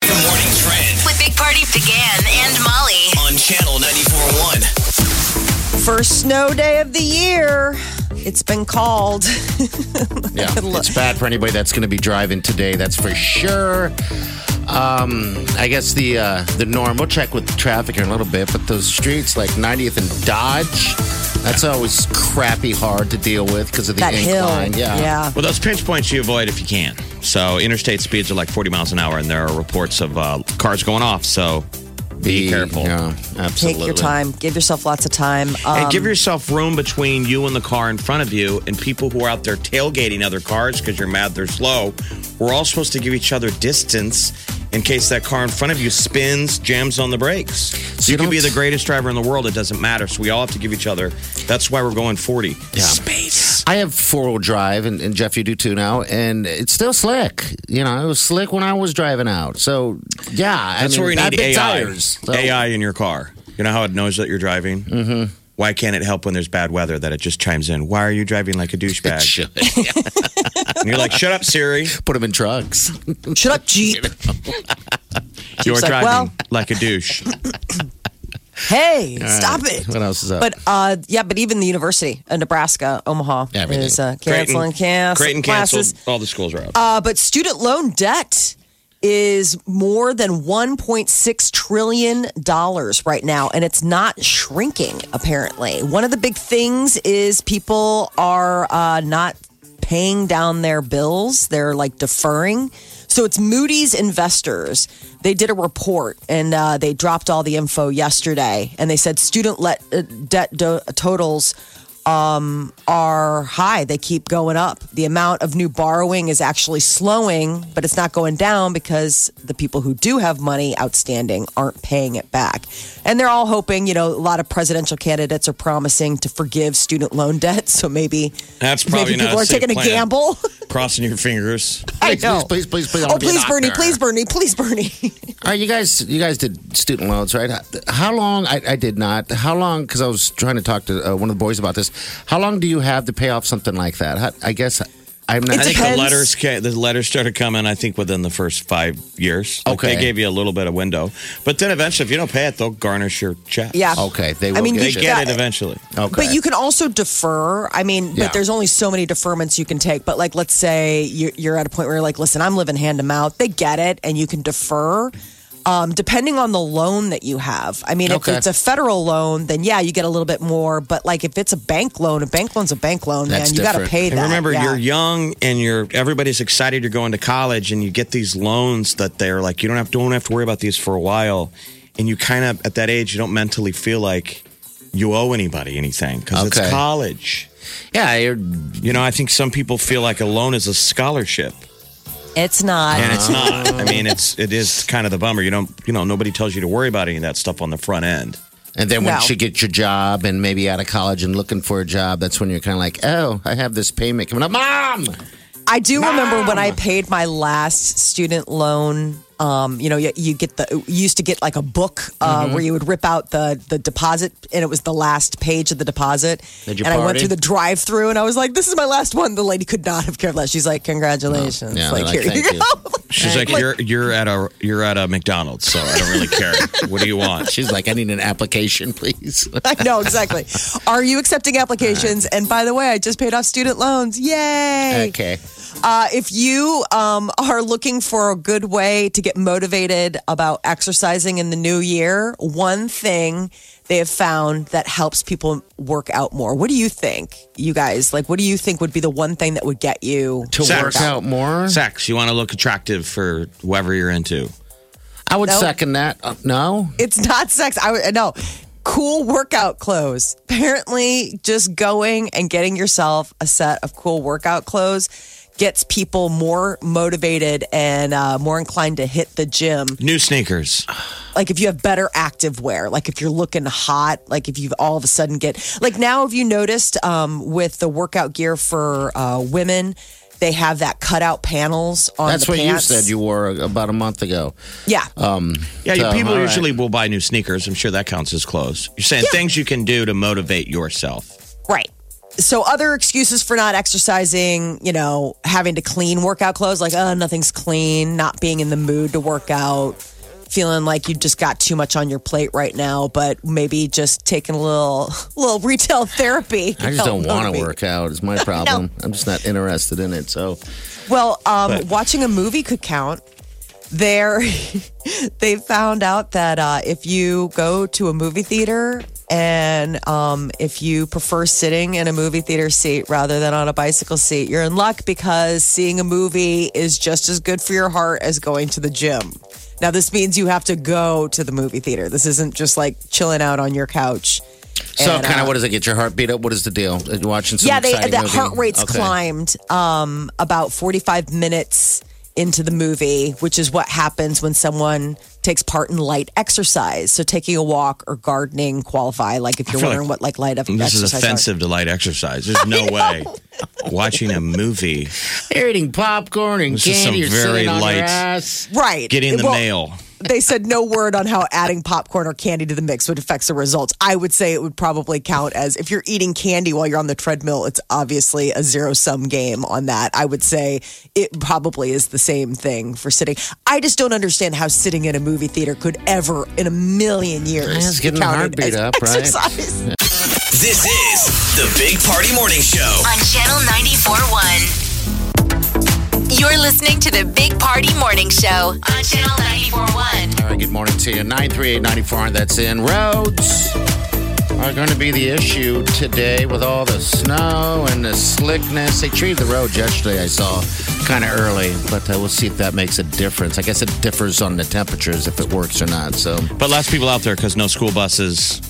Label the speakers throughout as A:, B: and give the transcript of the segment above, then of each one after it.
A: The morning trend
B: with Big Party began and Molly.
A: on channel 94.1.
C: First snow day of the year. It's been called.
D: Yeah, it's bad for anybody that's going to be driving today. That's for sure. Um, I guess the uh, the norm. We'll check with traffic here in a little bit, but those streets like 90th and Dodge, that's always crappy hard to deal with because of the
C: that hill.
D: incline. Yeah.
C: yeah.
E: Well, those pinch points you avoid if you can. So interstate speeds are like 40 miles an hour, and there are reports of uh, cars going off. So be, careful.
D: Yeah, absolutely.
C: Take your time. Give yourself lots of time.
E: And
C: Um,
E: give yourself room between you and the car in front of you and people who are out there tailgating other cars because you're mad they're slow. We're all supposed to give each other distance in case that car in front of you spins, jams on the brakes. So you
D: you
E: can be
D: don't-
E: the greatest driver in the world. It doesn't matter. So we all have to give each other. That's why we're going 40.
D: I have four wheel drive, and, and Jeff, you do too now, and it's still slick. You know, it was slick when I was driving out. So, yeah,
E: That's
D: I mean,
E: where you
D: I've
E: need
D: been
E: AI.
D: tires. so-
E: AI in your car. You know how it knows that you're driving? Mm-hmm. Why can't it help when there's bad weather that it just chimes in? Why are you driving like a douchebag? and you're like, shut up, Siri.
D: Put them in trucks.
C: Shut up, Jeep.
E: You're
C: like,
E: driving
C: well-
E: like a douche.
C: Hey, stop it.
D: What else is up?
C: But uh, yeah, but even the University of Nebraska, Omaha,
D: Everything.
C: is uh, canceling cans-
E: Creighton canceled.
C: classes.
E: All the schools are out.
C: Uh, but student loan debt is more than 1.6 trillion dollars right now and it's not shrinking apparently one of the big things is people are uh, not paying down their bills they're like deferring so it's moody's investors they did a report and uh, they dropped all the info yesterday and they said student let, uh, debt do- totals are high. They keep going up. The amount of new borrowing is actually slowing, but it's not going down because the people who do have money outstanding aren't paying it back. And they're all hoping, you know, a lot of presidential candidates are promising to forgive student loan debt. So maybe
E: That's probably
C: maybe people
E: not a
C: are
E: safe
C: taking a
E: plan.
C: gamble.
E: Crossing your fingers.
D: Please, please, please, please, please. I
C: Oh,
D: wanna be a
C: please, Bernie,
D: doctor.
C: please, Bernie, please, Bernie.
D: All right, you guys, you guys did student loans, right? How long? I, I did not. How long? Because I was trying to talk to uh, one of the boys about this. How long do you have to pay off something like that? How, I guess I'm not.
E: I think the
C: depends.
E: letters ca- the letters started coming. I think within the first five years. Like,
D: Okay.
E: they gave you a little bit of window, but then eventually, if you don't pay it, they'll garnish your check.
C: yeah.
D: okay, they will
C: I mean,
D: get
E: they
C: you
D: you.
E: get
C: got-
E: it eventually.
D: okay,
C: But you can also defer. I mean,
D: Yeah.
C: but there's only so many deferments you can take. But like, let's say you- you're at a point where you're like, listen, I'm living hand to mouth. They get it, and you can defer. Um, depending on the loan that you have. I mean,
D: Okay.
C: if it's a federal loan, then yeah, you get a little bit more. But like, if it's a bank loan, a bank loan's a bank loan,
D: That's
C: man. You got to
D: different.
C: pay
E: And
C: that.
E: remember,
C: yeah.
E: you're young and you're everybody's excited. You're going to college, and you get these loans that they're like, you don't have don't have to worry about these for a while. And you kind of at that age, you don't mentally feel like you owe anybody anything because
D: Okay.
E: it's college.
D: yeah, you're,
E: You know, I think some people feel like a loan is a scholarship,
C: It's not.
E: and it's not. I mean, it's it is kind of the bummer. You don't, you know, nobody tells you to worry about any of that stuff on the front end.
D: and then
C: No.
D: once you get your job and maybe out of college and looking for a job, that's when you're kind of like, oh, I have this payment coming up, mom.
C: I do remember when I paid my last student loan. Um, you know, you, you get the you used to get like a book uh,
D: Mm-hmm.
C: where you would rip out the the deposit, and it was the last page of the deposit.
D: Did you
C: and I went
D: party?
C: through the drive through, and I was like, "This is my last one." The lady could not have cared less. She's like, "Congratulations!"
D: Oh, Yeah,
C: like,
D: they're
C: here
D: like,
C: you
D: "Thank you."
C: go.
E: She's like, you're you're at a you're at a McDonald's, so I don't really care. what do you want?
D: She's like, I need an application, please.
C: I know exactly. Are you accepting applications? And by the way, I just paid off student loans. Yay!
D: okay.
C: Uh, if you um, are looking for a good way to get motivated about exercising in the new year, one thing they have found that helps people work out more. What do you think, you guys? Like, what do you think would be the one thing that would get you
D: To
E: Sex.
D: work out more,
E: Sex. You want to look attractive for whoever you're into.
D: I would
C: No.
D: second that. Uh, no,
C: It's not sex. I would no. Cool workout clothes. Apparently, just going and getting yourself a set of cool workout clothes gets people more motivated and uh, more inclined to hit the gym.
E: New sneakers.
C: Like if you have better active wear, like if you're looking hot, like if you all of a sudden get like now, have you noticed um, with the workout gear for uh, women? They have that cutout panels on
D: That's
C: the
D: what
C: pants.
D: you said you wore uh, about a month ago.
C: yeah.
D: Um,
E: Yeah,
D: so,
E: people
D: all right.
E: usually will buy new sneakers. I'm sure that counts as clothes. You're saying things you can do to motivate yourself.
C: Right. So other excuses for not exercising, you know, having to clean workout clothes, like, oh, nothing's clean, not being in the mood to work out, feeling like you just got too much on your plate right now, but maybe just taking a little little retail therapy.
D: I just don't
C: Help
D: want to
C: motivate.
D: work out. Is my problem. I'm just not interested in it. So
C: Well, um, watching a movie could count. There, they found out that uh, if you go to a movie theater and um, if you prefer sitting in a movie theater seat rather than on a bicycle seat, you're in luck because seeing a movie is just as good for your heart as going to the gym. Now, this means you have to go to the movie theater. This isn't just like chilling out on your couch.
D: So
C: And,
D: kind
C: uh,
D: of what does it get your heart beat up? What is the deal? You're watching some
C: yeah, they
D: exciting
C: the
D: movie.
C: heart rates
D: Okay.
C: climbed um, about 45 minutes into the movie, which is what happens when someone takes part in light exercise. So taking a walk or gardening qualify. Like if you're
E: feel
C: wondering
E: like
C: what like light of
E: This is
C: exercise are.
E: offensive to light exercise. There's no way. Watching a movie,
D: You're eating popcorn and
E: This is
D: candy. You're
E: some very
D: sitting on
E: light-
D: your ass.
C: Right.
E: getting the
C: Well,
E: mail.
C: They said no word on how adding popcorn or candy to the mix would affect the results. I would say it would probably count as if you're eating candy while you're on the treadmill, it's obviously a zero sum game on that. I would say it probably is the same thing for sitting. I just don't understand how sitting in a movie theater could ever in a million years
D: Yeah, it's getting
C: be
D: the
C: counted
D: heartbeat
C: as
D: up, right?
C: exercise.
A: This is the Big Party Morning Show.
B: on Channel 94.1. You're listening to the Big Party Morning Show on Channel 94.1.
D: All right, good morning to you. 938-94, that's in. Roads are going to be the issue today with all the snow and the slickness. They treated the roads yesterday, I saw, kind of early, but uh, we'll see if that makes a difference. I guess it differs on the temperatures if it works or not. So,
E: But less people out there because no school buses.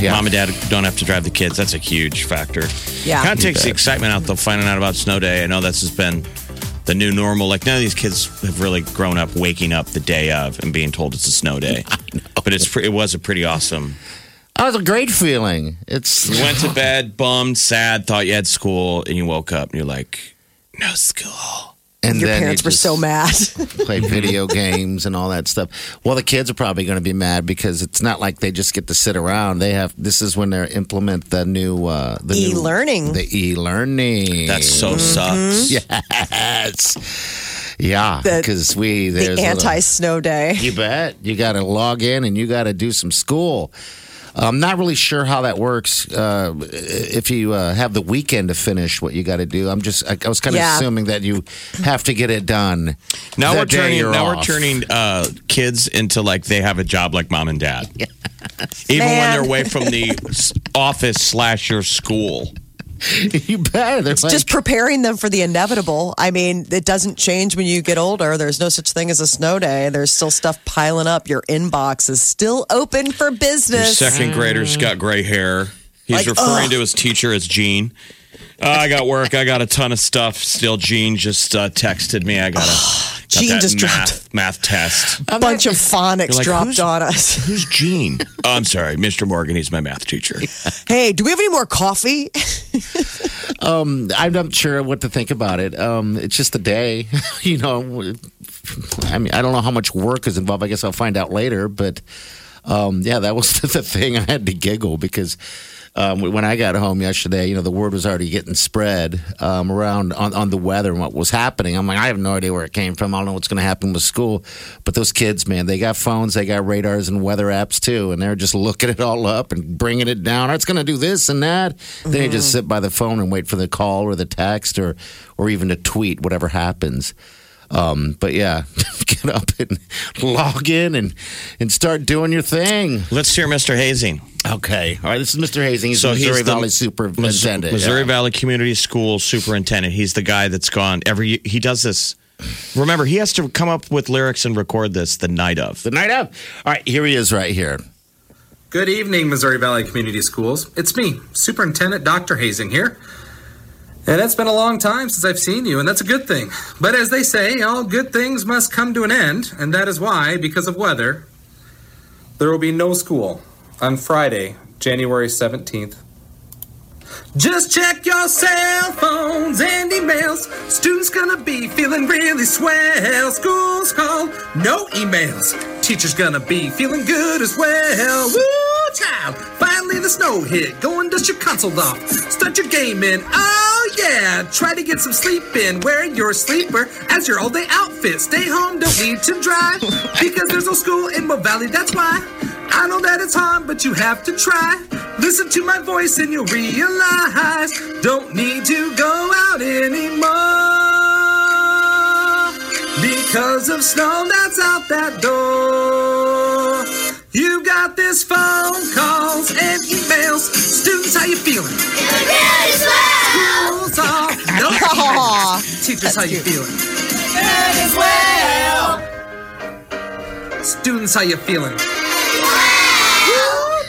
D: yeah.
E: Mom and dad don't have to drive the kids. That's a huge factor.
C: Yeah.
E: Kind of takes the excitement out, though, finding out about snow day. I know this has been the new normal. Like, none of these kids have really grown up waking up the day of and being told it's a snow day. But it's pre- it was a pretty awesome.
D: That was a great feeling. It's
E: You went to bed bummed, sad, thought you had school, and you woke up and you're like, no school.
D: and
C: Your
D: then you
C: parents were
D: just-
C: so mad.
D: play video games and all that stuff. Well, the kids are probably going to be mad because it's not like they just get to sit around. They have this is when they implement the new uh, the new-
C: E-learning.
D: the e learning.
E: That so sucks.
D: yes, yeah,
C: The-
D: because we
C: the
D: there's little-
C: anti snow day.
D: you bet. You got to log in and you got to do some school. I'm not really sure how that works. Uh, if you uh, have the weekend to finish what you got to do, I'm just I, I was kind of
C: Yeah.
D: assuming that you have to get it done.
E: Now
D: the
E: we're
D: day
E: turning
D: you're
E: now we're
D: off.
E: turning uh, kids into like they have a job like mom and dad. Even when they're
C: Man.
E: away from the s- office slash your school.
D: you bet. They're like-
C: just preparing them for the inevitable. I mean, it doesn't change when you get older. There's no such thing as a snow day. There's still stuff piling up. Your inbox is still open for
E: Your
C: business.
E: second grader's
D: Mm.
E: got gray hair. He's referring to his teacher as Gene. "Uh, I got work. I got a ton of stuff. Still, Gene just uh, texted me. I got a got
C: Gene
E: that
C: just
E: math, math test.
C: bunch of phonics
E: You're like,
C: dropped
E: who's-
C: on us.
E: Who's Gene? oh, I'm sorry, Mr. Morgan. He's my math teacher.
C: hey, do we have any more coffee?
D: I'm not sure what to think about it. Um, it's just the day, you know. I mean, I don't know how much work is involved. I guess I'll find out later. But um, yeah, that was the thing. I had to giggle because um, when I got home yesterday, you know, the word was already getting spread um, around on, on the weather and what was happening. I'm like, I have no idea where it came from. I don't know what's going to happen with school. But those kids, man, they got phones, they got radars and weather apps too, and they're just looking it all up and bringing it down. It's going to do this and that. Then you just sit by the phone and wait for the call or the text or or even to tweet whatever happens. Um, but yeah, get up and log in and and start doing your thing.
E: Let's hear Mr. Hazing.
D: Okay. All right. This is Mr. Hazing. He's the Missouri
E: the
D: Valley
E: Mis-
D: Superintendent.
E: Missouri
D: Yeah.
E: Valley Community School Superintendent. He's the guy that's gone every. year. He does this. Remember, he has to come up with lyrics and record this the night of.
D: The night up. All right. Here he is right here.
F: Good evening, Missouri Valley Community Schools. It's me, Superintendent Dr. Hazing here. And it's been a long time since I've seen you, and that's a good thing. But as they say, all good things must come to an end, and that is why, because of weather, there will be no school on Friday, January 17th. Just check your cell phones and emails. Students gonna be feeling really swell. School's called, no emails. Teachers gonna be feeling good as well. Woo, child! Finally the snow hit. Go and dust your console off. Start your game in. Oh yeah! Try to get some sleep in. Wearing your sleeper as your all-day outfit. Stay home, don't need to drive because there's no school in Mo Valley. That's why. I know that it's hard, but you have to try. Listen to my voice and you'll realize don't need to go out anymore because of snow that's out that door. You got this phone calls and emails. Students, how you feeling? Schools are no
C: Aw.
F: emails. Teachers, how you feeling? Students, how you feeling?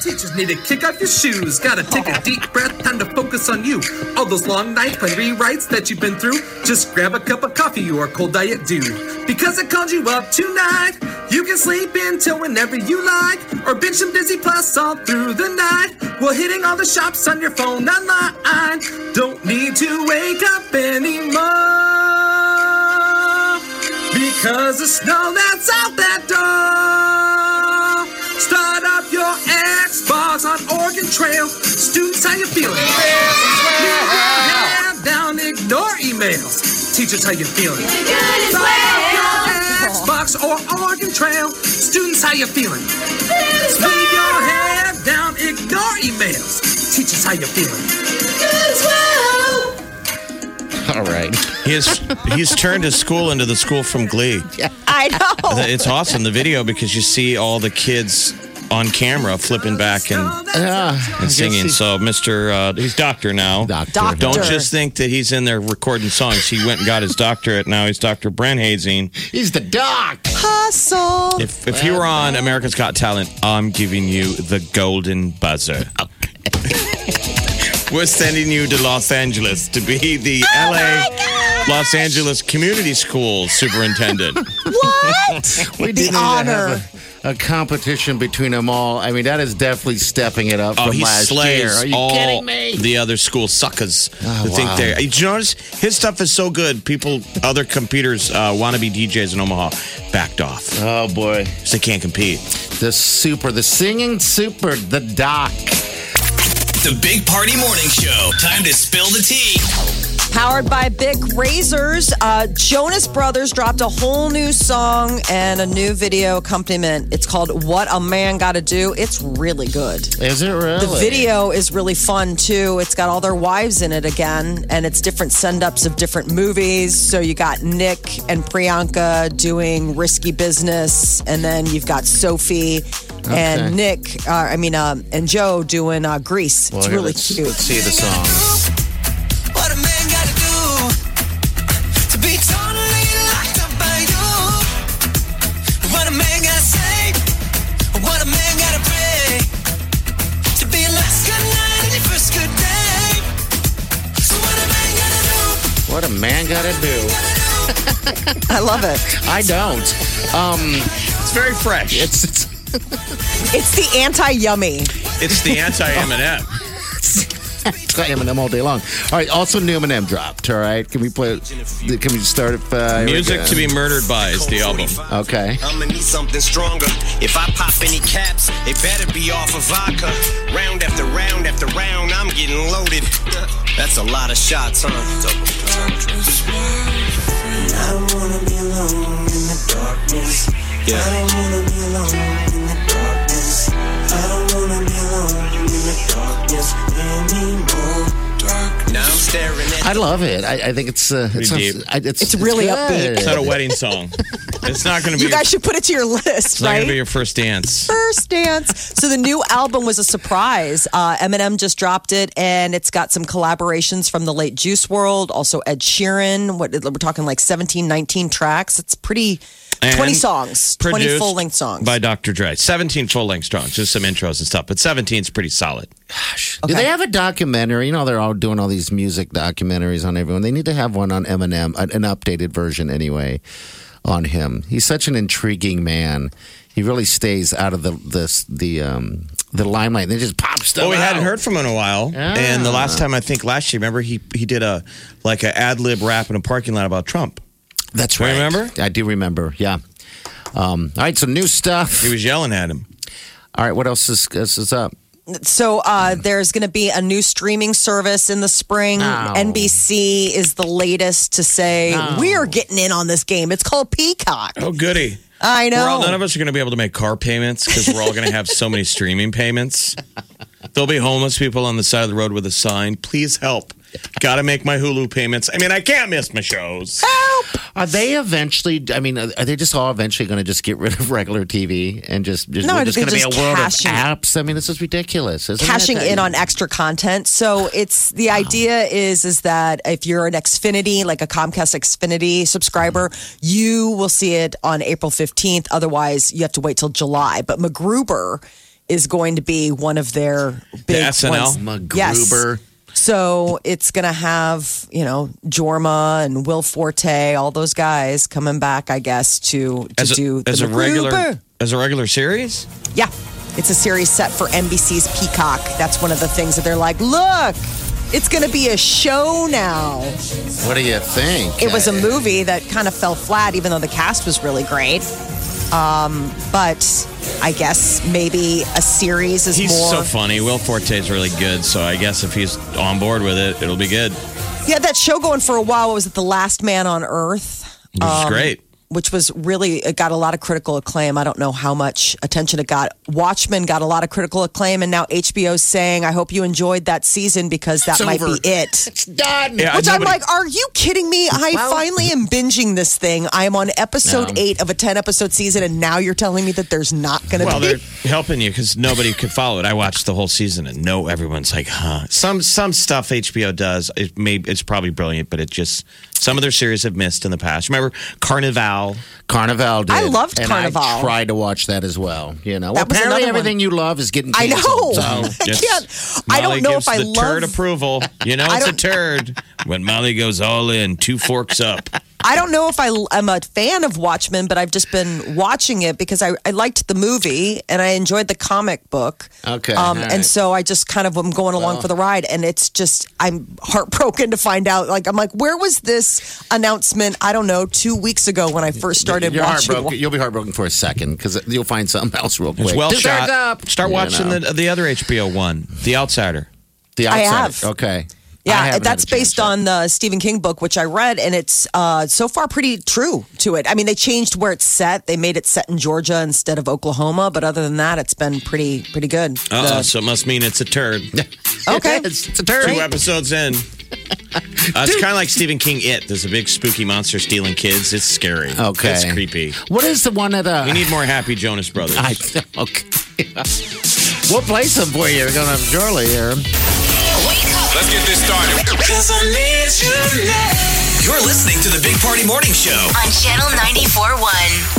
F: Teachers need to kick off your shoes. Gotta take a deep breath, time to focus on you. All those long nights and rewrites that you've been through, just grab a cup of coffee or a cold diet dew. Because I called you up tonight, you can sleep in till whenever you like, or binge some Disney Plus all through the night. While hitting all the shops on your phone online, don't need to wake up anymore. Because the snow that's out that door. Start up your Xbox on Oregon Trail. Students, how you feeling? Head down, ignore emails. Teachers, how you feeling? Start up your Xbox or Oregon Trail. Students, how you feeling? Leave your head down, ignore emails. Teachers, how you feeling?
D: All right.
E: He's he's turned his school into the school from Glee.
C: I know.
E: It's awesome the video because you see all the kids on camera flipping back and,
F: Snow that's
D: Yeah.
E: and singing. So Mr. Uh, he's doctor now.
D: Doctor.
C: Doctor.
E: Don't just think that he's in there recording songs. He went and got his doctorate. Now he's Dr. Brent Hazing.
D: He's the doc.
C: Hustle.
E: If if you were on America's Got Talent, I'm giving you the golden buzzer. we're sending you to Los Angeles to be the
D: Oh
C: Oh
E: LA Los Angeles Community School superintendent. Uh,
C: What?
D: We
C: the
D: didn't
C: honor.
D: Even have a, a competition between them all. I mean, that is definitely stepping it up
E: Oh,
D: from
E: he
D: last year.
E: slays
D: Are you
E: all
D: kidding me?
E: the other school suckers
D: Oh,
E: who think
D: wow.
E: they're. Did you notice his stuff is so good? People, other computers, uh, wannabe DJs in Omaha backed off.
D: oh boy,
E: 'cause they can't compete.
D: the super, the singing super, the doc.
A: The Big Party Morning Show. Time to spill the tea.
C: Powered by Bic Razors, uh, Jonas Brothers dropped a whole new song and a new video accompaniment. It's called What a Man Gotta Do. It's really good.
D: Is it really?
C: The video is really fun too. It's got all their wives in it again, and it's different send ups of different movies. So you got Nick and Priyanka doing risky business, and then you've got Sophie
D: Okay.
C: and Nick, uh, I mean, um, and Joe doing uh, Grease.
D: Well,
C: it's
D: here,
C: really
D: let's,
C: cute.
D: Let's see the song.
G: What a man gotta do to be totally locked up by you. What a man gotta say, what a man gotta pray to be your last good night and your first good day. So what a man gotta do,
D: What a man gotta do.
G: gotta do.
C: I love it.
D: I don't. Um,
E: It's very fresh. It's,
D: it's, it's
C: It's the anti yummy.
E: it's the anti Eminem.
D: Got Eminem all day long. All right. Also, new Eminem dropped. All right. Can we play? Can we start it? Uh, here we
E: Music
D: go.
E: to be murdered by is the album.
D: Okay.
A: I'ma need something stronger. If I pop any caps, it better be off of vodka. Round after round after round, I'm getting loaded. That's a lot of shots, huh?
G: I don't wanna be alone in the darkness. I don't wanna be alone in the darkness. I don't wanna be alone in the darkness anymore.
A: Now I'm staring at
D: I love it. I, I think it's uh, it's,
E: Pretty deep.
D: I- it's
C: It's really upbeat.
D: good.
E: It's not a wedding song. It's not going to be.
C: You
E: your,
C: guys should put it to your list,
E: it's not going
C: right?
E: to be your first dance.
C: first dance. So the new album was a surprise. Uh, Eminem just dropped it, and it's got some collaborations from the late Juice World, also Ed Sheeran. What we're talking like 17, 19 tracks. It's pretty
E: And
C: 20 songs, 20
E: produced
C: full length songs.
E: by Dr. Dre. 17 full length songs, just some intros and stuff, but 17 is pretty solid.
D: Do they have a documentary? You know, they're all doing all these music documentaries on everyone. They need to have one on Eminem, an, an updated version anyway, on him. He's such an intriguing man. He really stays out of the the the, um, the limelight. They just pop stuff.
E: Well, Oh, we
D: out.
E: hadn't heard from him in a while, and the last time I think last year, remember he he did a like an ad lib rap in a parking lot about Trump.
D: That's right.
E: Remember?
D: I do remember. Yeah. Um, all right. So new stuff.
E: He was yelling at him.
D: All right. What else is this is up?
C: So uh, there's going to be a new streaming service in the spring.
D: No.
C: NBC is the latest to say we are getting in on this game. It's called Peacock.
E: Oh goody!
C: I know.
E: We're all, none of us are going to be able to make car payments because we're all going to have so many streaming payments. There'll be homeless people on the side of the road with a sign, "Please help." Got to make my Hulu payments. I mean, I can't miss my shows.
D: Are they eventually? I mean, are they just all eventually going to just get rid of regular TV and just just
C: No,
D: we're
C: I
D: just
C: think
D: going to be a
C: just
D: world
C: cashing-
D: of apps? I mean, this is ridiculous. Isn't it?
C: cashing in on extra content. So it's the idea is is that if you're an Xfinity, like a Comcast Xfinity subscriber, you will see it on April 15th. Otherwise, you have to wait till July. But MacGruber is going to be one of their big
E: SNL?
C: ones.
D: MacGruber.
C: Yes. So it's going to have, you know, Jorma and Will Forte, all those guys coming back, I guess, to, to
E: As
C: do
E: a, as
C: the
E: a regular
C: MacGruber.
E: as a regular series.
C: Yeah. It's a series set for NBC's Peacock. That's one of the things that they're like, look, it's going to be a show now.
D: What do you think?
C: It was a movie that kind of fell flat, even though the cast was really great. Um, but I guess maybe a series is
E: He's
C: more.
E: so funny. Will Forte's really good, so I guess if he's on board with it, it'll be good. Which
C: yeah, that show going for a while. What was it The Last Man on Earth?
E: is great.
C: which was really it got a lot of critical acclaim. I don't know how much attention it got. Watchmen got a lot of critical acclaim, and now HBO's saying, "I hope you enjoyed that season because that
D: It's
C: might
D: over.
C: be it."
D: It's done.
E: Yeah, I-
C: Which I'm
E: nobody-
C: like, are you kidding me? I finally am binging this thing. I am on episode
D: No.
C: eight of a ten episode season, and now you're telling me that there's not going to
E: Well,
C: be.
E: they're helping you because nobody could follow it. I watched the whole season, and no, everyone's like, "Huh." Some some stuff HBO does. It may it's probably brilliant, but it just some of their series have missed in the past. Remember Carnival?
D: Carnival. Did,
C: I loved
D: and I
C: Carnival.
D: tried to watch that as well. You know,
C: That was
D: apparently
C: another one.
D: everything you love is getting.
C: I
D: Canceled,
C: know.
D: So.
C: I
E: Yes.
C: can't.
E: Molly
C: I don't know
E: gives
C: if I
E: the turd
C: love.
E: approval. You know,
C: I
E: it's a
C: don't-
E: turd when Molly goes all in, two forks up.
C: I don't know if I am a fan of Watchmen, but I've just been watching it because I, I liked the movie and I enjoyed the comic book.
D: Okay,
C: Um,
D: all
C: and
D: right.
C: so I just kind of am going along for the ride. And it's just, I'm heartbroken to find out. Like, I'm like, where was this announcement? I don't know, two weeks ago when I first started
D: You're
C: watching.
D: heartbroken. You'll be heartbroken for a second because you'll find something else real quick.
E: It's well
D: Two thirds
E: shot.
D: Up.
E: Start
D: You
E: watching
D: know.
E: the the other HBO one, The Outsider.
D: the
C: I
D: outside.
C: have.
D: Okay. I
C: Yeah,
D: haven't
C: that's
D: had a chance
C: based
D: yet.
C: on the Stephen King book, which I read, and it's uh, so far pretty true to it. I mean, they changed where it's set; they made it set in Georgia instead of Oklahoma. But other than that, it's been pretty pretty good.
E: Uh oh,
C: The-
E: so it must mean it's a turd.
C: okay,
D: It's, it's a turn.
E: Two episodes in. Uh, it's kind of like Stephen King. It. There's a big spooky monster stealing kids. It's scary.
D: Okay.
E: It's creepy.
D: What is the one at uh?
E: We need more happy Jonas Brothers.
D: I, okay. we'll play some for you. We're going to have Jorley here.
B: Wake up.
A: Let's get this started.
G: Cause I need you now.
A: You're listening to the Big Party Morning Show.
B: on Channel 94.1.